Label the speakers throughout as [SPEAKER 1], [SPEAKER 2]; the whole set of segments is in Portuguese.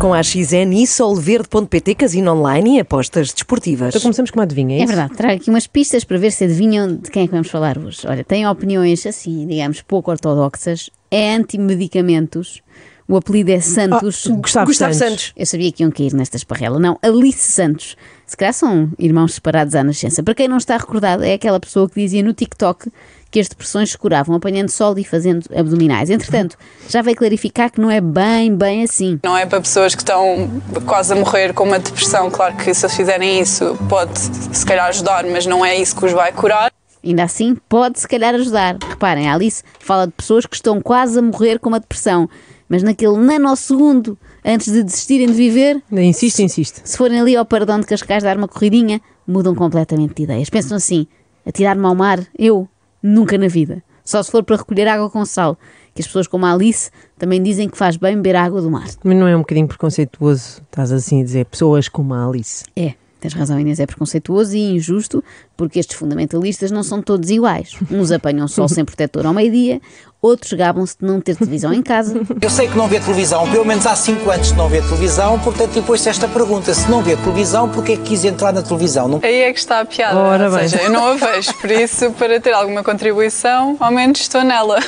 [SPEAKER 1] com a XN e solverde.pt, casino online e apostas desportivas.
[SPEAKER 2] Então começamos com uma adivinha, é
[SPEAKER 3] É
[SPEAKER 2] isso?
[SPEAKER 3] verdade, trago aqui umas pistas para ver se adivinham de quem é que vamos falar hoje. Olha, tem opiniões assim, digamos, pouco ortodoxas, é anti-medicamentos, o apelido é Santos.
[SPEAKER 2] Ah, Gustavo,
[SPEAKER 1] Gustavo Santos.
[SPEAKER 3] Eu sabia que iam cair nesta esparrela. Não, Alice Santos. Se calhar são irmãos separados à nascença. Para quem não está recordado, é aquela pessoa que dizia no TikTok que as depressões se curavam apanhando sol e fazendo abdominais. Entretanto, já veio clarificar que não é bem, bem assim.
[SPEAKER 4] Não é para pessoas que estão quase a morrer com uma depressão. Claro que se eles fizerem isso pode se calhar ajudar, mas não é isso que os vai curar.
[SPEAKER 3] Ainda assim, pode se calhar ajudar. Reparem, a Alice fala de pessoas que estão quase a morrer com uma depressão, mas naquele nanosegundo antes de desistirem de viver,
[SPEAKER 2] Insiste, insiste.
[SPEAKER 3] se forem ali ao Pardão de Cascais dar uma corridinha, mudam completamente de ideias. Pensam assim: atirar-me ao mar, eu nunca na vida. Só se for para recolher água com sal, que as pessoas como a Alice também dizem que faz bem beber água do mar.
[SPEAKER 2] Mas não é um bocadinho preconceituoso, estás assim a dizer, pessoas como a Alice.
[SPEAKER 3] É, tens razão, Inês, é preconceituoso e injusto, porque estes fundamentalistas não são todos iguais. Uns apanham sol sem protetor ao meio-dia, outros gabam-se de não ter televisão em casa.
[SPEAKER 5] Eu sei que não vê televisão, pelo menos há 5 anos que não vê televisão, portanto, depois esta pergunta: se não vê televisão, porquê é que quis entrar na televisão? Não
[SPEAKER 4] Aí é que está a piada.
[SPEAKER 2] Ora
[SPEAKER 4] Ou
[SPEAKER 2] bem.
[SPEAKER 4] seja, eu não a vejo, por isso, para ter alguma contribuição, ao menos estou nela.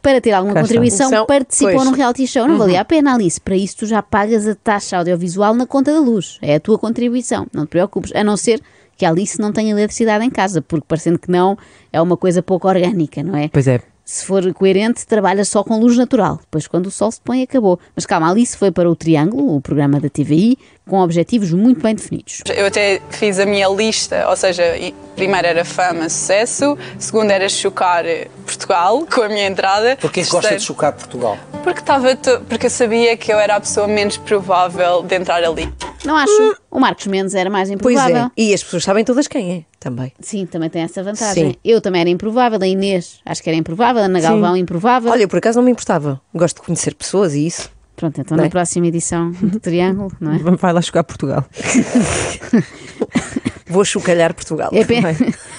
[SPEAKER 3] Para ter alguma
[SPEAKER 2] Cá está.
[SPEAKER 3] contribuição,
[SPEAKER 1] São-
[SPEAKER 3] participou
[SPEAKER 1] pois.
[SPEAKER 3] num reality show. Não valia a pena, Alice. Para isso, tu já pagas a taxa audiovisual na conta da luz. É a tua contribuição. Não te preocupes. A não ser que a Alice não tenha eletricidade em casa, porque parecendo que não, é uma coisa pouco orgânica, não é?
[SPEAKER 2] Pois é,
[SPEAKER 3] Se for coerente, trabalha só com luz natural. Depois, quando o sol se põe, acabou. Mas calma, Alice foi para o Triângulo, o programa da TVI, com objetivos muito bem definidos.
[SPEAKER 4] Eu até fiz a minha lista, ou seja, e- primeiro era fama, sucesso, segundo era chocar Portugal com a minha entrada.
[SPEAKER 5] Porquê que gosta de
[SPEAKER 4] Terceiro,
[SPEAKER 5] chocar Portugal?
[SPEAKER 4] Porque, estava to- porque eu sabia que eu era a pessoa menos provável de entrar ali.
[SPEAKER 3] Não acho? O Marcos Mendes era mais
[SPEAKER 1] Hum. Pois
[SPEAKER 3] improvável.
[SPEAKER 1] é, e as pessoas sabem todas quem é, também.
[SPEAKER 3] Sim, também tem essa vantagem.
[SPEAKER 1] Sim.
[SPEAKER 3] Eu também era improvável, a Inês acho que era improvável, a Ana Galvão improvável.
[SPEAKER 1] Olha, eu por acaso não me importava. Gosto de conhecer pessoas e isso.
[SPEAKER 3] Pronto, então
[SPEAKER 1] Não é?
[SPEAKER 3] na próxima edição do Triângulo, não é?
[SPEAKER 2] vai lá chocar Portugal.
[SPEAKER 1] Vou chocalhar Portugal.
[SPEAKER 3] É pena,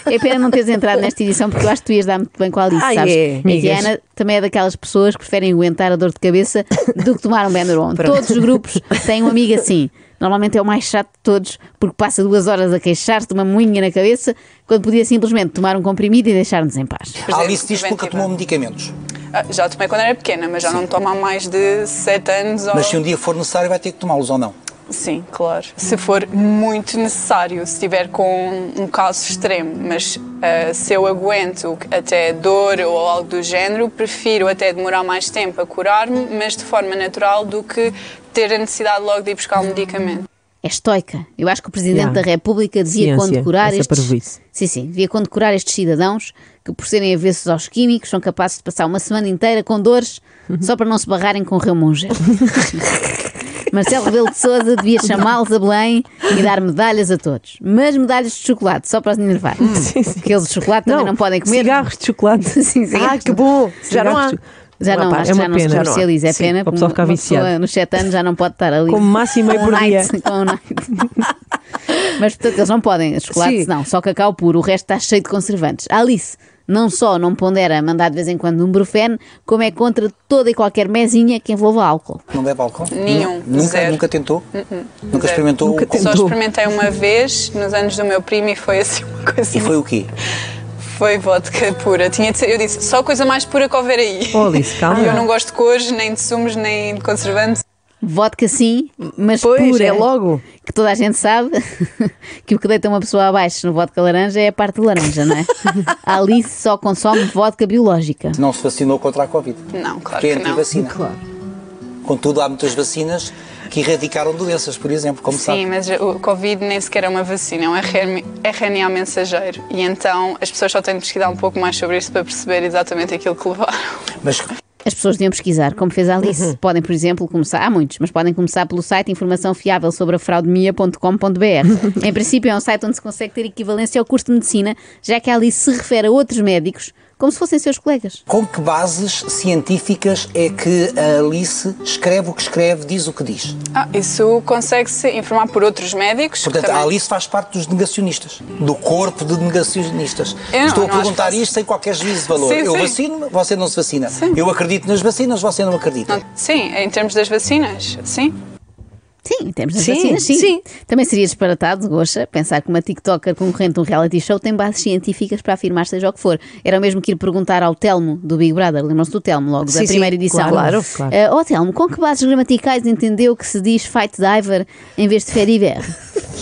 [SPEAKER 3] é pena não teres entrado nesta edição porque eu acho que tu ias dar muito bem com a Alice,
[SPEAKER 1] Ah,
[SPEAKER 3] sabes?
[SPEAKER 1] é,
[SPEAKER 3] E a
[SPEAKER 1] amigas.
[SPEAKER 3] Diana também é daquelas pessoas que preferem aguentar a dor de cabeça do que tomar um Benuron. Todos os grupos têm um amigo assim. Normalmente é o mais chato de todos porque passa duas horas a queixar-se de uma moinha na cabeça quando podia simplesmente tomar um comprimido e deixar-nos em paz.
[SPEAKER 4] Por
[SPEAKER 5] a
[SPEAKER 4] exemplo,
[SPEAKER 5] Alice diz porque
[SPEAKER 4] preventiva.
[SPEAKER 5] tomou medicamentos.
[SPEAKER 4] Ah, Já tomei quando era pequena, mas já não tomo há mais de 7 anos. Ou...
[SPEAKER 5] Mas se um dia for necessário, vai ter que tomá-los ou não.
[SPEAKER 4] Sim, claro. Se for muito necessário, se tiver com um caso extremo, mas ah, se eu aguento até dor ou algo do género, prefiro até demorar mais tempo a curar-me, mas de forma natural, do que ter a necessidade logo de ir buscar um medicamento.
[SPEAKER 3] é estoica. Eu acho que o Presidente
[SPEAKER 2] Yeah.
[SPEAKER 3] da República devia
[SPEAKER 2] Ciência,
[SPEAKER 3] condecorar
[SPEAKER 2] essa
[SPEAKER 3] estes...
[SPEAKER 2] parvoíce.
[SPEAKER 3] Sim, sim, devia condecorar estes cidadãos que, por serem avessos aos químicos, são capazes de passar uma semana inteira com dores só para não se barrarem com Reumongel. Marcelo Rebelo de Sousa devia chamá-los a Belém e dar medalhas a todos. Mas medalhas de chocolate, só para os enervar. Porque eles de chocolate também não podem comer.
[SPEAKER 2] Cigarros de chocolate.
[SPEAKER 3] Sim, cigarros
[SPEAKER 1] Ah, que
[SPEAKER 3] de-
[SPEAKER 1] bom! Já não há.
[SPEAKER 2] Cigarros de-
[SPEAKER 3] Já não,
[SPEAKER 1] Rapaz,
[SPEAKER 3] acho que
[SPEAKER 2] é
[SPEAKER 3] já
[SPEAKER 2] uma
[SPEAKER 3] não se
[SPEAKER 2] pena, não é?
[SPEAKER 3] comercializa, é
[SPEAKER 2] Sim,
[SPEAKER 3] pena.
[SPEAKER 2] para o pessoal ficar
[SPEAKER 3] uma pessoa
[SPEAKER 2] viciado.
[SPEAKER 3] Nos 7 anos já não pode estar ali.
[SPEAKER 2] Como máximo
[SPEAKER 3] com
[SPEAKER 2] por
[SPEAKER 3] um
[SPEAKER 2] dia.
[SPEAKER 3] night, com um night. Mas portanto eles não podem, chocolates
[SPEAKER 1] Sim.
[SPEAKER 3] não, só cacau puro, o resto está cheio de conservantes. A Alice não só não pondera mandar de vez em quando um brufeno, como é contra toda e qualquer mesinha que envolva álcool.
[SPEAKER 5] Não bebe álcool? Hum?
[SPEAKER 4] Nenhum,
[SPEAKER 5] Nunca,
[SPEAKER 4] zero. Hum,
[SPEAKER 5] nunca tentou? Nunca
[SPEAKER 4] zero.
[SPEAKER 5] experimentou?
[SPEAKER 2] Nunca
[SPEAKER 5] o álcool?
[SPEAKER 4] Só
[SPEAKER 2] Tentou.
[SPEAKER 4] experimentei uma vez nos anos do meu primo e foi assim uma coisa.
[SPEAKER 5] E foi o quê?
[SPEAKER 4] Foi vodka pura. Tinha de ser, eu disse, só a coisa mais pura que houver aí.
[SPEAKER 2] Oh, Alice, calma.
[SPEAKER 4] Eu não gosto de cores, nem de sumos, nem de conservantes.
[SPEAKER 3] Vodka sim, mas
[SPEAKER 1] Pois,
[SPEAKER 3] pura.
[SPEAKER 1] é logo.
[SPEAKER 3] Que toda a gente sabe que o que deita uma pessoa abaixo no vodka laranja é a parte de laranja, não é? A Alice só consome vodka biológica.
[SPEAKER 5] Não se vacinou contra a Covid?
[SPEAKER 4] Não, claro
[SPEAKER 5] Porque é
[SPEAKER 4] que não.
[SPEAKER 5] antivacina. Contudo, há muitas vacinas que erradicaram doenças, por exemplo, como
[SPEAKER 4] Sim,
[SPEAKER 5] sabe.
[SPEAKER 4] mas o Covid nem sequer é uma vacina, é um RN RNA mensageiro. E então as pessoas só têm de pesquisar um pouco mais sobre isso para perceber exatamente aquilo que levaram.
[SPEAKER 5] Mas
[SPEAKER 3] As pessoas deviam pesquisar, como fez a Alice. Podem, por exemplo, começar, há muitos, mas podem começar pelo site informação fiável sobre a fraudemia.com.br. em princípio, é um site onde se consegue ter equivalência ao custo de medicina, já que a Alice se refere a outros médicos como se fossem seus colegas.
[SPEAKER 5] com que bases científicas é que a Alice escreve o que escreve, diz o que diz?
[SPEAKER 4] Ah, isso consegue-se informar por outros médicos. que
[SPEAKER 5] Portanto,
[SPEAKER 4] também-
[SPEAKER 5] a Alice faz parte dos negacionistas, do corpo de negacionistas.
[SPEAKER 4] Eu não-
[SPEAKER 5] Estou
[SPEAKER 4] não
[SPEAKER 5] a
[SPEAKER 4] acho
[SPEAKER 5] perguntar
[SPEAKER 4] fácil.
[SPEAKER 5] isto sem qualquer juízo de valor.
[SPEAKER 4] Sim,
[SPEAKER 5] eu
[SPEAKER 4] sim.
[SPEAKER 5] vacino, você não se vacina. Eu acredito nas vacinas, você não acredita.
[SPEAKER 4] Não- Sim, em termos das vacinas, sim.
[SPEAKER 3] Sim, em termos das
[SPEAKER 1] Sim,
[SPEAKER 3] vacinas, sim.
[SPEAKER 1] sim.
[SPEAKER 3] Também seria disparatado, Goxa, pensar que uma TikToker concorrente de um reality show tem bases científicas para afirmar seja o que for. Era o mesmo que ir perguntar ao Telmo do Big Brother, lembram-se do Telmo logo
[SPEAKER 1] Sim,
[SPEAKER 3] da
[SPEAKER 1] sim,
[SPEAKER 3] primeira edição.
[SPEAKER 1] claro,
[SPEAKER 2] claro.
[SPEAKER 3] Eh, ó Telmo, com que bases gramaticais entendeu que se diz fight diver em vez de feriver?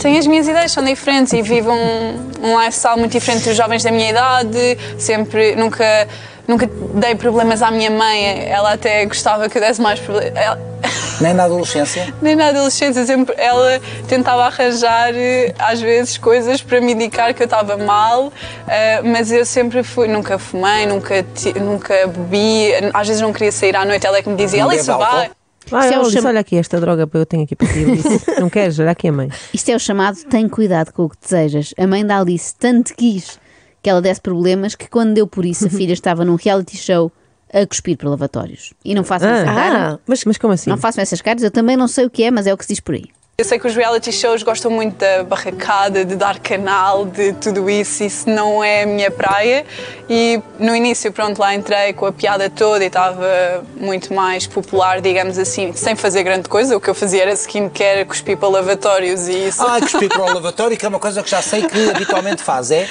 [SPEAKER 4] Tenho as minhas ideias, são diferentes e vivo um, um lifestyle muito diferente dos jovens da minha idade. Sempre, nunca, nunca dei problemas à minha mãe. Ela até gostava que eu desse mais problemas.
[SPEAKER 5] Nem na adolescência.
[SPEAKER 4] Nem na adolescência, sempre ela tentava arranjar eh, às vezes coisas para me indicar que eu estava mal, eh, mas eu sempre fui, nunca fumei, nunca, ti- nunca bebi, às vezes não queria sair à noite, ela é que me dizia,
[SPEAKER 5] Não
[SPEAKER 4] ela
[SPEAKER 5] bebe
[SPEAKER 4] isso vai.
[SPEAKER 5] álcool?
[SPEAKER 2] Ah,
[SPEAKER 3] Isto é o
[SPEAKER 2] eu disse,
[SPEAKER 3] cham-
[SPEAKER 2] olha aqui, esta droga eu tenho aqui para ti. Eu disse, não queres? Olha aqui a mãe.
[SPEAKER 3] Isto é o chamado tem cuidado com o que desejas. A mãe da Alice tanto quis que ela desse problemas que quando deu por isso a filha estava num reality show a cuspir por lavatórios. E não façam essa cara.
[SPEAKER 1] Ah, mas
[SPEAKER 2] Mas como assim?
[SPEAKER 3] Não façam essas caras, eu também não sei o que é, mas é o que se diz por aí.
[SPEAKER 4] Eu sei que os reality shows gostam muito da barracada, de dar canal, de tudo isso, isso não é a minha praia. E no início, pronto, lá entrei com a piada toda e estava muito mais popular, digamos assim, sem fazer grande coisa. O que eu fazia era skincare, cuspir para lavatórios e isso.
[SPEAKER 5] Ah, cuspi para o lavatório, que é uma coisa que já sei que habitualmente faz, é?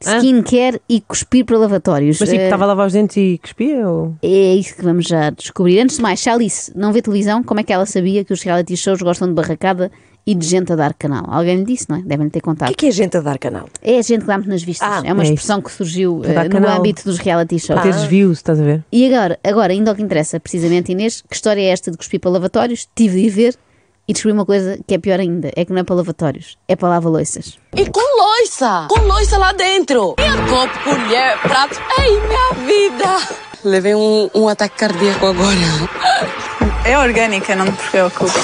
[SPEAKER 3] Skincare e cuspir para lavatórios.
[SPEAKER 2] Mas tipo,
[SPEAKER 3] Eh,
[SPEAKER 2] estava a lavar os dentes e cuspia? Ou...
[SPEAKER 3] É isso que vamos já descobrir. Antes de mais, se a Alice não vê televisão, como é que ela sabia que os reality shows gostam de barracada e de gente a dar canal? Alguém lhe disse, não é? Devem lhe ter
[SPEAKER 1] o que
[SPEAKER 3] contado.
[SPEAKER 1] é que é gente a dar canal?
[SPEAKER 3] É a gente que dá-me nas vistas.
[SPEAKER 1] Ah,
[SPEAKER 3] é uma
[SPEAKER 2] é
[SPEAKER 3] expressão que surgiu
[SPEAKER 2] Para dar
[SPEAKER 3] eh, no
[SPEAKER 2] canal.
[SPEAKER 3] âmbito dos reality shows. Ah.
[SPEAKER 2] Para teres views, estás a ver?
[SPEAKER 3] E agora, agora, ainda ao que interessa, precisamente, Inês, que história é esta de cuspir para lavatórios? Tive de ir ver e descobri uma coisa que é pior ainda: é que não é para lavatórios, é para lava-loiças.
[SPEAKER 6] E com loiça! Com loiça lá dentro! Minha copo, colher, prato. Ei, minha vida! Levei um, um ataque cardíaco agora.
[SPEAKER 4] É orgânica, não te preocupes.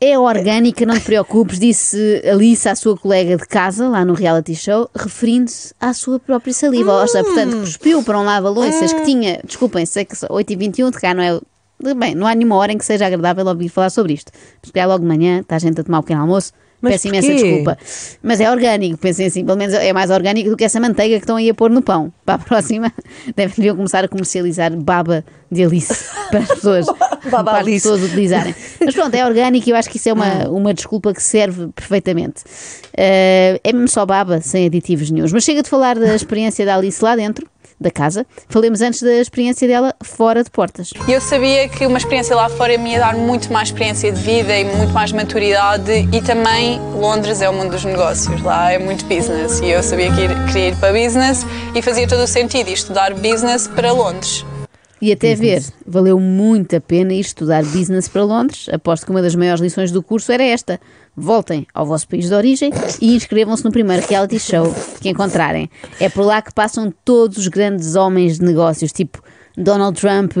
[SPEAKER 3] É orgânica, não te preocupes, disse Alice à sua colega de casa, lá no reality show, referindo-se à sua própria saliva. Ou seja, portanto,
[SPEAKER 2] Hum.
[SPEAKER 3] cuspiu para um lava-loiças que tinha, desculpem, sei que são 8h21, de cá não é. Bem, não há nenhuma hora em que seja agradável ouvir falar sobre isto. Porque é logo de manhã, está a gente a tomar um pequeno almoço.
[SPEAKER 2] Mas
[SPEAKER 3] Peço imensa
[SPEAKER 2] porquê?
[SPEAKER 3] desculpa. Mas é orgânico, pensem assim, pelo menos é mais orgânico do que essa manteiga que estão aí a pôr no pão. Para a próxima, devem deviam começar a comercializar baba de Alice para as pessoas, para as
[SPEAKER 1] Alice.
[SPEAKER 3] pessoas utilizarem. Mas pronto, é orgânico e eu acho que isso é uma, uma desculpa que serve perfeitamente. Eh, é mesmo só baba, sem aditivos nenhuns. Mas chega de falar da experiência da Alice lá dentro. Da casa, falemos antes da experiência dela fora de portas.
[SPEAKER 4] E eu sabia que uma experiência lá fora me ia dar muito mais experiência de vida e muito mais maturidade e também Londres é o mundo dos negócios, lá é muito business e eu sabia que ir- queria ir para business e fazia todo o sentido ir estudar business para Londres.
[SPEAKER 3] E até ver, valeu muito a pena ir estudar business para Londres. Aposto que uma das maiores lições do curso era esta: voltem ao vosso país de origem e inscrevam-se no primeiro reality show que encontrarem. É por lá que passam todos os grandes homens de negócios, tipo Donald Trump,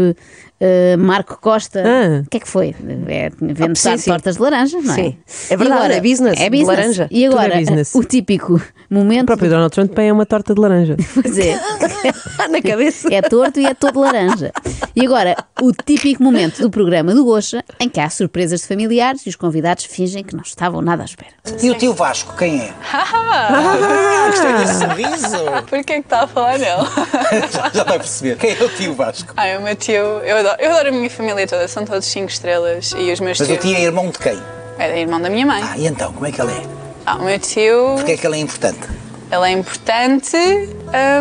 [SPEAKER 3] eh, Marco Costa.
[SPEAKER 2] Ah.
[SPEAKER 3] O que é que foi? É,
[SPEAKER 1] Ah,
[SPEAKER 3] Vende
[SPEAKER 1] sim, sim.
[SPEAKER 3] tortas de laranja, não é?
[SPEAKER 1] Sim. É verdade,
[SPEAKER 3] E
[SPEAKER 1] é business,
[SPEAKER 3] É
[SPEAKER 1] de
[SPEAKER 3] business.
[SPEAKER 1] laranja.
[SPEAKER 2] Tudo
[SPEAKER 3] E
[SPEAKER 2] é
[SPEAKER 3] agora,
[SPEAKER 2] business.
[SPEAKER 3] o típico momento.
[SPEAKER 2] O próprio Donald Trump é uma torta de laranja.
[SPEAKER 3] Pois é.
[SPEAKER 1] Na cabeça.
[SPEAKER 3] É torto e é todo laranja. E agora, o típico momento do programa do Gocha, em que há surpresas de familiares e os convidados fingem que não estavam nada à espera.
[SPEAKER 5] E o tio Vasco, quem é? Ah, gostei desse sorriso.
[SPEAKER 4] Por que é que está a falar nela?
[SPEAKER 5] Já vai perceber. Quem é o tio Vasco?
[SPEAKER 4] Ai, o meu tio, eu adoro, eu adoro a minha família toda, são todos cinco estrelas e os meus
[SPEAKER 5] Mas o
[SPEAKER 4] tios.
[SPEAKER 5] tio é irmão de quem?
[SPEAKER 4] É irmão da minha mãe.
[SPEAKER 5] Ah, e então, como é que ele é?
[SPEAKER 4] Ah, o meu tio.
[SPEAKER 5] Porquê é que ele é importante?
[SPEAKER 4] Ela é importante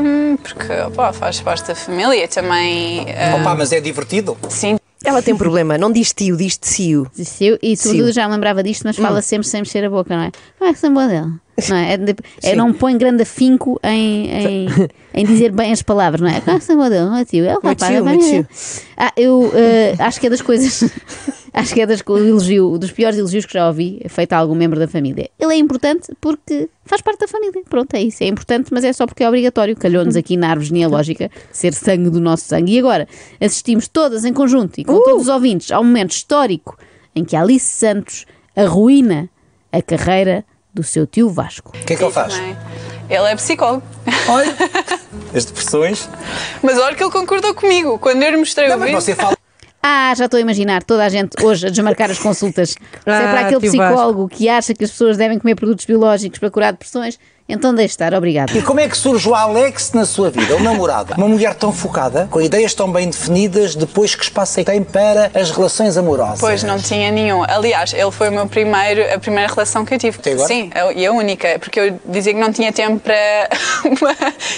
[SPEAKER 4] hum, porque opá, faz parte da família também. hum,
[SPEAKER 5] Opa, mas é divertido.
[SPEAKER 4] sim,
[SPEAKER 1] Ela tem um problema, não diz tio, diz tio.
[SPEAKER 3] Disse eu, e sobretudo
[SPEAKER 1] Sim.
[SPEAKER 3] já me lembrava disto, mas fala sempre sem mexer a boca, não é? Como é que se lembrou dela? Não é? É de- é, não põe grande afinco em, em, em dizer bem as palavras, não é? Como é que se lembrou dela? Não é, tio? É, rapaz,
[SPEAKER 1] tio,
[SPEAKER 3] é
[SPEAKER 1] meu
[SPEAKER 3] bem-
[SPEAKER 1] tio.
[SPEAKER 3] Ah, eu eh, acho que é das coisas. acho que é das, co- o elogio, dos piores elogios que já ouvi é feito a algum membro da família. Ele é importante porque faz parte da família. Pronto, é isso. É importante, mas é só porque é obrigatório. Calhou-nos aqui na árvore genealógica ser sangue do nosso sangue. E agora assistimos todas em conjunto e com todos os ouvintes ao momento histórico em que Alice Santos arruína a carreira do seu tio Vasco.
[SPEAKER 5] O que é que ele faz?
[SPEAKER 4] também. Ele é psicólogo.
[SPEAKER 5] Olha, as depressões.
[SPEAKER 4] Mas olha que ele concordou comigo. Quando eu lhe mostrei
[SPEAKER 5] Não,
[SPEAKER 4] o
[SPEAKER 5] mas
[SPEAKER 4] vídeo.
[SPEAKER 5] você é fala
[SPEAKER 3] Ah, já estou a imaginar toda a gente hoje a desmarcar as consultas. Se é
[SPEAKER 2] Ah,
[SPEAKER 3] para aquele
[SPEAKER 2] tio Vasco.
[SPEAKER 3] psicólogo que acha que as pessoas devem comer produtos biológicos para curar depressões Então deixe estar, obrigado.
[SPEAKER 5] E como é que surge o Alex na sua vida, o namorado? Uma mulher tão focada, com ideias tão bem definidas, depois que espaço é que tem para as relações amorosas?
[SPEAKER 4] Pois não tinha nenhum. Aliás, ele foi o meu primeiro, a primeira relação que eu tive.
[SPEAKER 5] Até agora?
[SPEAKER 4] Sim, eu- e a única, porque eu dizia que não tinha tempo para.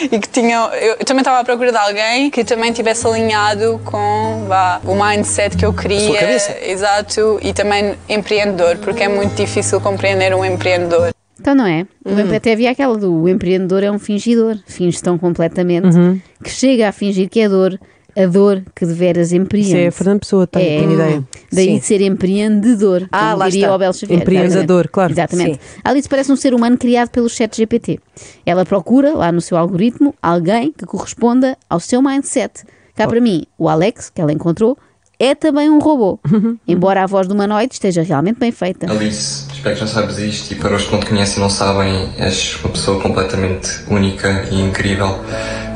[SPEAKER 4] e que tinha. Eu também estava à procura de alguém que também tivesse alinhado com vá, o mindset que eu queria.
[SPEAKER 5] sua cabeça.
[SPEAKER 4] Exato, e também empreendedor, porque é muito difícil compreender um empreendedor.
[SPEAKER 3] Então não é?
[SPEAKER 2] Uhum.
[SPEAKER 3] Também Até havia aquela do o empreendedor é um fingidor, finge tão completamente
[SPEAKER 2] Uhum.
[SPEAKER 3] que chega a fingir que é dor, a dor que de veras empreende.
[SPEAKER 2] Isso é a Fernando Pessoa, tenho,
[SPEAKER 3] É.
[SPEAKER 2] tenho ideia.
[SPEAKER 3] Daí
[SPEAKER 2] Sim.
[SPEAKER 3] de ser empreendedor,
[SPEAKER 1] Ah,
[SPEAKER 3] como
[SPEAKER 1] lá
[SPEAKER 3] diria
[SPEAKER 1] está.
[SPEAKER 3] o Abel Xavier.
[SPEAKER 2] Empreendedor,
[SPEAKER 3] exatamente.
[SPEAKER 2] claro.
[SPEAKER 3] Exatamente.
[SPEAKER 1] Sim.
[SPEAKER 3] Alice parece um ser humano criado pelo chat GPT. Ela procura, lá no seu algoritmo, alguém que corresponda ao seu mindset. Cá para mim, o Alex, que ela encontrou, é também um robô. Embora a voz do humanoide esteja realmente bem feita.
[SPEAKER 7] Alice, espero que já sabes isto e para os que não te conhecem e não sabem, és uma pessoa completamente única e incrível.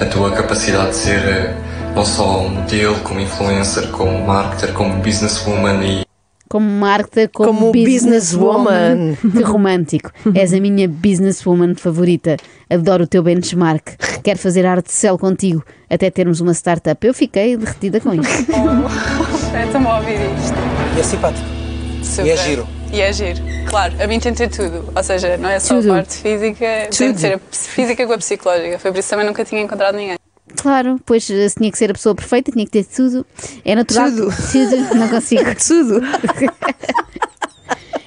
[SPEAKER 7] A tua capacidade de ser eh, não só modelo, como influencer, como marketer, como businesswoman e
[SPEAKER 3] Como Marta, como,
[SPEAKER 1] Como
[SPEAKER 3] businesswoman.
[SPEAKER 1] businesswoman.
[SPEAKER 3] Que romântico. És a minha businesswoman favorita. Adoro o teu benchmark. Quero fazer arte de céu contigo até termos uma startup. Eu fiquei derretida com isto.
[SPEAKER 4] Estou-me a ouvir isto.
[SPEAKER 5] E é simpático.
[SPEAKER 4] Super.
[SPEAKER 5] E é giro.
[SPEAKER 4] E é giro, claro. A mim tentei tudo. Ou seja, não é só
[SPEAKER 3] Tudo.
[SPEAKER 4] a parte física, tem de ser a ps- física com a psicológica. Foi por isso que também nunca tinha encontrado ninguém.
[SPEAKER 3] Claro, pois eh, se tinha que ser a pessoa perfeita, tinha que ter tudo. É natural.
[SPEAKER 1] Tudo.
[SPEAKER 3] Tudo, Não consigo.
[SPEAKER 1] Tudo.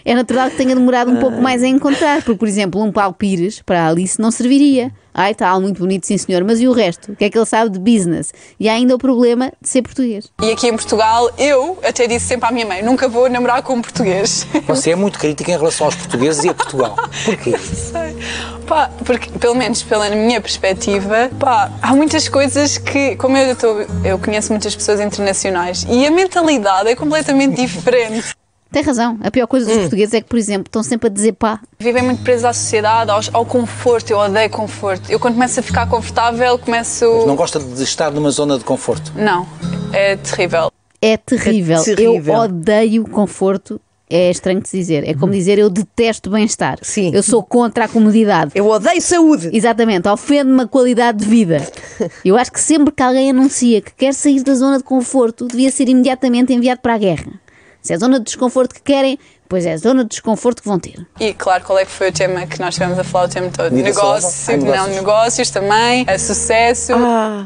[SPEAKER 3] É natural que tenha demorado um pouco mais a encontrar, porque, por exemplo, um Paulo Pires para a Alice não serviria. Ai, tal, muito bonito, sim senhor, mas e o resto? O que é que ele sabe de business? E há ainda o problema de ser português.
[SPEAKER 4] E aqui em Portugal, eu até disse sempre à minha mãe: nunca vou namorar com um português.
[SPEAKER 5] Você é muito crítica em relação aos portugueses e a Portugal. Porquê?
[SPEAKER 4] Sei. Pá, porque, pelo menos pela minha perspectiva, pá, há muitas coisas que, como eu estou, eu conheço muitas pessoas internacionais e a mentalidade é completamente diferente.
[SPEAKER 3] Tem razão. A pior coisa
[SPEAKER 1] Hum.
[SPEAKER 3] dos portugueses é que, por exemplo, estão sempre a dizer pá.
[SPEAKER 4] Vivem muito presos à sociedade, aos- ao conforto. Eu odeio conforto. Eu, quando começo a ficar confortável, começo.
[SPEAKER 5] Não gosta de estar numa zona de conforto.
[SPEAKER 4] Não, é terrível.
[SPEAKER 3] É terrível.
[SPEAKER 1] É terrível.
[SPEAKER 3] Eu odeio o conforto. É estranho de se dizer. É como dizer eu detesto bem-estar.
[SPEAKER 1] Uhum. Sim.
[SPEAKER 3] Eu sou contra a comodidade.
[SPEAKER 1] Eu odeio saúde.
[SPEAKER 3] Exatamente, ofende-me a qualidade de vida. Eu acho que sempre que alguém anuncia que quer sair da zona de conforto, devia ser imediatamente enviado para a guerra. Se é a zona de desconforto que querem, pois é a zona de desconforto que vão ter.
[SPEAKER 4] E claro, qual é que foi o tema que nós estivemos a falar o tempo todo?
[SPEAKER 5] Vida saudável?
[SPEAKER 4] Negócio, não,
[SPEAKER 5] Ah, negócios. Ah.
[SPEAKER 4] negócios também, é sucesso.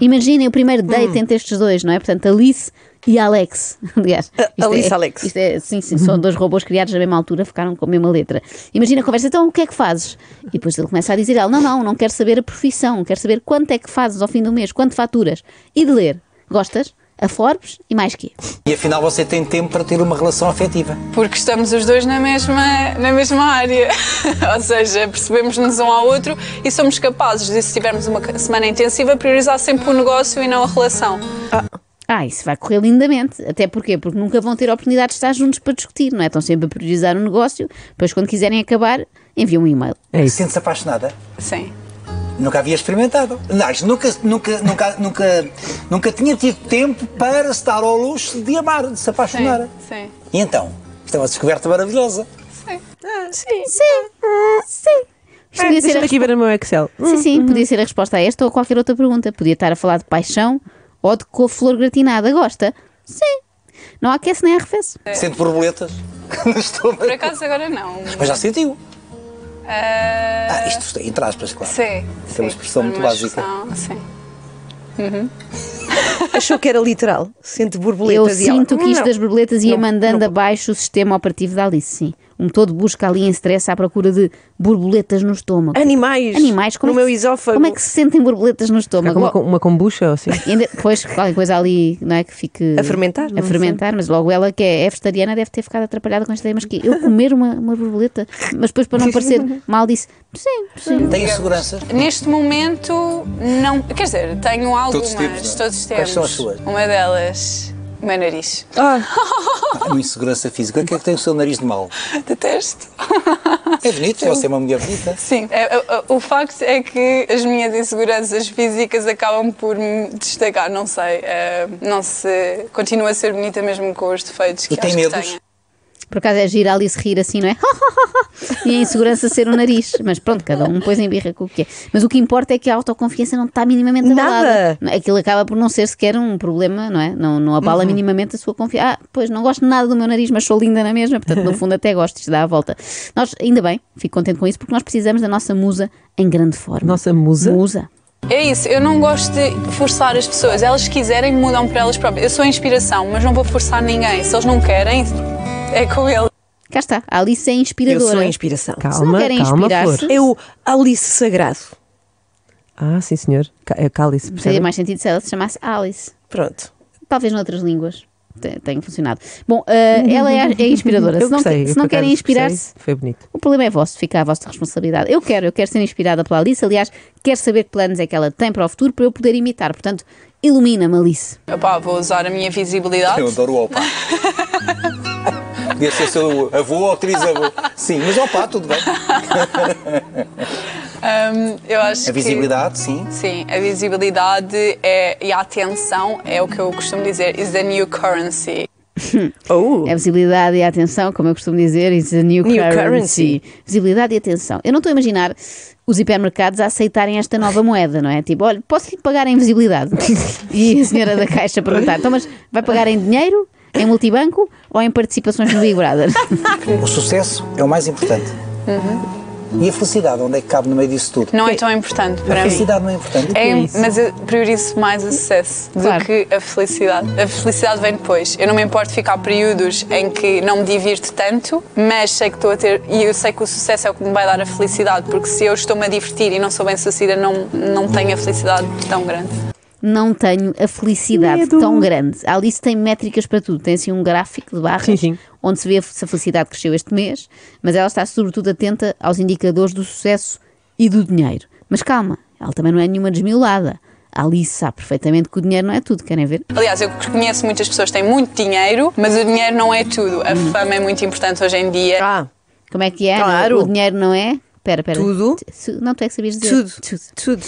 [SPEAKER 3] Imaginem o primeiro date entre estes dois, não é? Portanto, Alice e Alex. Aliás, isto
[SPEAKER 1] Alice
[SPEAKER 3] é-
[SPEAKER 1] Alex.
[SPEAKER 3] isto é- sim, sim, são dois robôs criados na mesma altura, ficaram com a mesma letra. Imagina a conversa, então o que é que fazes? E depois ele começa a dizer: ela, não, não, não quero saber a profissão, quero saber quanto é que fazes ao fim do mês, quanto faturas. E de ler, gostas? A Forbes e mais quê?
[SPEAKER 5] E afinal você tem tempo para ter uma relação afetiva.
[SPEAKER 4] Porque estamos os dois na mesma, na mesma área. Ou seja, percebemos-nos um ao outro e somos capazes de, se tivermos uma ca- semana intensiva, priorizar sempre o negócio e não a relação.
[SPEAKER 3] Ah, isso vai correr lindamente. Até porquê? Porque nunca vão ter a oportunidade de estar juntos para discutir, não é? Estão sempre a priorizar o negócio, depois quando quiserem acabar, enviam um e-mail.
[SPEAKER 2] É isso.
[SPEAKER 5] Sente-se apaixonada?
[SPEAKER 4] Sim.
[SPEAKER 5] Nunca havia experimentado. Não, isto nunca, nunca, nunca, nunca, nunca tinha tido tempo para se dar ao luxo de amar, de se
[SPEAKER 4] Sim.
[SPEAKER 5] apaixonar.
[SPEAKER 4] Sim.
[SPEAKER 5] E então? Isto é uma descoberta maravilhosa.
[SPEAKER 3] Isto podia ser a
[SPEAKER 2] É, Deixa-me aqui ver no meu Excel.
[SPEAKER 3] Sim, sim,
[SPEAKER 1] Uhum.
[SPEAKER 3] podia ser a resposta a esta ou a qualquer outra pergunta. Podia estar a falar de paixão ou de couve-flor gratinada. Gosta? Sim. Não aquece nem arrefece.
[SPEAKER 1] É,
[SPEAKER 5] Sente borboletas no estômago.
[SPEAKER 4] É. Por acaso agora não.
[SPEAKER 5] Mas já sentiu.
[SPEAKER 4] Ah,
[SPEAKER 5] Ah, isto entre aspas, claro.
[SPEAKER 4] Sim.
[SPEAKER 5] Isso é uma
[SPEAKER 4] sim.
[SPEAKER 5] expressão muito básica.
[SPEAKER 4] expressão, sim.
[SPEAKER 1] Achou que era literal. Sente
[SPEAKER 3] Eu
[SPEAKER 1] borboletas e ela,
[SPEAKER 3] sinto que isto
[SPEAKER 1] "Não,
[SPEAKER 3] das borboletas ia
[SPEAKER 1] não,
[SPEAKER 3] mandando
[SPEAKER 1] não."
[SPEAKER 3] abaixo o sistema operativo da Alice, sim. Um todo busca ali em stress à procura de borboletas no estômago.
[SPEAKER 1] Animais.
[SPEAKER 3] Animais, como
[SPEAKER 1] No
[SPEAKER 3] é
[SPEAKER 1] meu
[SPEAKER 3] que se-
[SPEAKER 1] esófago.
[SPEAKER 3] Como é que se sentem borboletas no
[SPEAKER 2] É
[SPEAKER 3] estômago?
[SPEAKER 2] como uma, uma kombucha ou assim?
[SPEAKER 3] Ainda, pois, qualquer coisa ali, não é? Que fique.
[SPEAKER 1] A fermentar, não
[SPEAKER 3] A fermentar, mas logo ela, que é é vegetariana, deve ter ficado atrapalhada com esta ideia. Mas que eu comer uma, uma borboleta, mas depois para não parecer mal, disse: sim, sim.
[SPEAKER 5] Tem inseguranças?
[SPEAKER 4] Neste momento, não. Quer dizer, tenho algumas.
[SPEAKER 7] Todos temos, não é?
[SPEAKER 4] todos
[SPEAKER 5] Quais são
[SPEAKER 4] temos.
[SPEAKER 5] as suas?
[SPEAKER 4] Uma delas, o meu nariz.
[SPEAKER 5] Há uma insegurança física. O que é que tem o seu nariz de mal?
[SPEAKER 4] Detesto.
[SPEAKER 5] É bonito, você é uma mulher bonita.
[SPEAKER 4] Sim, é- é- é- o facto é que as minhas inseguranças físicas acabam por me destacar, não sei, é, não se continua a ser bonita mesmo com os defeitos que
[SPEAKER 5] E tem
[SPEAKER 4] acho que
[SPEAKER 5] medos?
[SPEAKER 4] tenho.
[SPEAKER 3] Por acaso é gira a Alice rir assim, não é? e a insegurança ser o nariz. Mas pronto, cada um pôs em birra com o que é. Mas o que importa é que a autoconfiança não está minimamente abalada.
[SPEAKER 1] Nada.
[SPEAKER 3] Aquilo acaba por não ser sequer um problema, não é? Não, não abala minimamente a sua confiança. Ah, pois não gosto nada do meu nariz, mas sou linda na mesma. Portanto, no fundo, até gosto. Isto dá a volta. Nós, ainda bem, fico contente com isso, porque nós precisamos da nossa musa em grande forma.
[SPEAKER 2] Nossa musa?
[SPEAKER 3] Musa.
[SPEAKER 4] É isso, eu não gosto de forçar as pessoas. Elas quiserem, mudam por elas próprias. Eu sou a inspiração, mas não vou forçar ninguém. Se eles não querem, é com eles.
[SPEAKER 3] Cá está. A Alice é
[SPEAKER 1] Eu
[SPEAKER 3] inspiradora.
[SPEAKER 1] sou a inspiração.
[SPEAKER 2] Calma,
[SPEAKER 3] Se não querem
[SPEAKER 2] calma,
[SPEAKER 3] inspirar-se,
[SPEAKER 2] Flor.
[SPEAKER 1] Eu, Alice Sagrado.
[SPEAKER 2] Ah, sim, senhor. Ca- É cálice, percebe?
[SPEAKER 3] Seria mais sentido se ela se chamasse Alice.
[SPEAKER 1] Pronto.
[SPEAKER 3] Talvez noutras línguas te- tenha funcionado. Bom, ah, ela é, é inspiradora.
[SPEAKER 2] Eu
[SPEAKER 3] se não,
[SPEAKER 2] gostei, eu
[SPEAKER 3] se não
[SPEAKER 2] por
[SPEAKER 3] querem
[SPEAKER 2] acaso gostei.
[SPEAKER 3] inspirar-se,
[SPEAKER 2] Foi bonito.
[SPEAKER 3] o problema é vosso, fica à vossa responsabilidade. Eu quero, eu quero ser inspirada pela Alice. Aliás, quero saber que planos é que ela tem para o futuro para eu poder imitar. Portanto, ilumina-me, Alice.
[SPEAKER 4] Opá, vou usar a minha visibilidade.
[SPEAKER 5] Eu adoro o opa. Podia ser seu avô ou trisavô. Sim, mas opa, tudo bem.
[SPEAKER 4] Ahm, eu acho
[SPEAKER 5] A visibilidade, sim.
[SPEAKER 4] Que, sim, a visibilidade é, e a atenção é o que eu costumo dizer. Is the new currency.
[SPEAKER 1] Oh,
[SPEAKER 3] É visibilidade e a atenção, como eu costumo dizer, it's a new,
[SPEAKER 1] New
[SPEAKER 3] currency. Visibilidade e atenção. Eu não estou a imaginar os hipermercados a aceitarem esta nova moeda, não é? Tipo, olha, posso lhe pagar em visibilidade? e a senhora da caixa perguntar, então, mas vai pagar em dinheiro, em multibanco ou em participações no Big Brother?
[SPEAKER 5] O sucesso é o mais importante. E a felicidade, onde é que cabe no meio disso tudo?
[SPEAKER 4] Uhum. Não é tão importante
[SPEAKER 5] A
[SPEAKER 4] para mim.
[SPEAKER 5] felicidade não é importante.
[SPEAKER 4] É,
[SPEAKER 2] isso?
[SPEAKER 4] mas eu priorizo mais o sucesso
[SPEAKER 3] Claro.
[SPEAKER 4] do que a felicidade. A felicidade vem depois. Eu não me importo ficar períodos em que não me divirto tanto, mas sei que estou a ter. E eu sei que o sucesso é o que me vai dar a felicidade, porque se eu estou-me a divertir e não sou bem-sucedida, não, não tenho a felicidade tão grande.
[SPEAKER 3] não tenho a felicidade
[SPEAKER 2] Medo.
[SPEAKER 3] tão grande. A Alice tem métricas para tudo, tem assim um gráfico de barras
[SPEAKER 2] Sim, sim.
[SPEAKER 3] onde se vê se a felicidade cresceu este mês, mas ela está sobretudo atenta aos indicadores do sucesso e do dinheiro. Mas calma, ela também não é nenhuma desmiolada. A Alice sabe perfeitamente que o dinheiro não é tudo, querem ver?
[SPEAKER 4] Aliás, eu conheço muitas pessoas que têm muito dinheiro, mas o dinheiro não é tudo. A
[SPEAKER 5] Uhum.
[SPEAKER 4] fama é muito importante hoje em dia.
[SPEAKER 1] ah,
[SPEAKER 3] Como é que é?
[SPEAKER 1] Claro.
[SPEAKER 3] O dinheiro não é? Pera, pera.
[SPEAKER 1] Tudo.
[SPEAKER 3] Su- Não, tu é que sabias dizer.
[SPEAKER 1] tudo, tudo.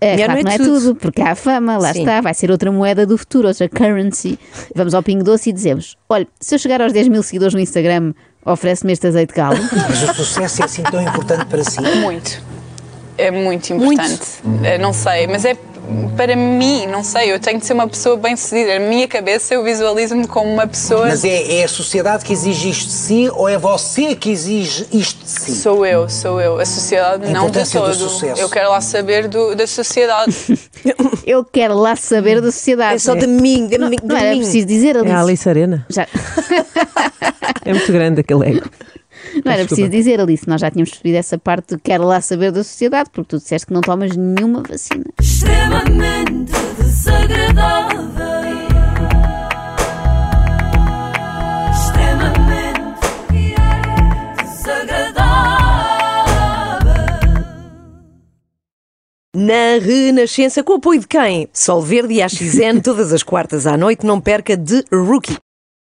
[SPEAKER 3] É,
[SPEAKER 1] Dinheiro
[SPEAKER 3] claro que não é tudo. porque há a fama, lá
[SPEAKER 1] Sim.
[SPEAKER 3] está, vai ser outra moeda do futuro, outra currency. Vamos ao Pingo Doce e dizemos: olha, se eu chegar aos 10 mil seguidores no Instagram, oferece-me este azeite de galo.
[SPEAKER 5] Mas o sucesso é assim tão importante para si.
[SPEAKER 4] Muito. É muito importante. Eh, Não sei, mas é para mim, não sei, eu tenho de ser uma pessoa bem-sucedida. Na minha cabeça eu visualizo-me como uma pessoa.
[SPEAKER 5] Mas é, é a sociedade que exige isto de si ou é você que exige isto de si?
[SPEAKER 4] Sou eu, sou eu. A sociedade não
[SPEAKER 5] A
[SPEAKER 4] de
[SPEAKER 5] importância do
[SPEAKER 4] todo.
[SPEAKER 5] sucesso.
[SPEAKER 4] Eu quero lá saber do- da sociedade.
[SPEAKER 3] Eu quero lá saber da sociedade.
[SPEAKER 1] É só de mim, de
[SPEAKER 3] não,
[SPEAKER 1] mim, de
[SPEAKER 3] não era
[SPEAKER 1] mim.
[SPEAKER 3] preciso dizer, Alice.
[SPEAKER 2] É a Alice Arena.
[SPEAKER 3] Já-
[SPEAKER 2] É muito grande aquele ego.
[SPEAKER 3] não era
[SPEAKER 2] Desculpa.
[SPEAKER 3] preciso dizer, Alice. Nós já tínhamos percebido essa parte de quero lá saber da sociedade, porque tu disseste que não tomas nenhuma vacina.
[SPEAKER 8] extremamente desagradável. Extremamente desagradável.
[SPEAKER 1] Na Renascença, com o apoio de quem? Sol Verde e AXN, todas as quartas à noite, não perca de Rookie.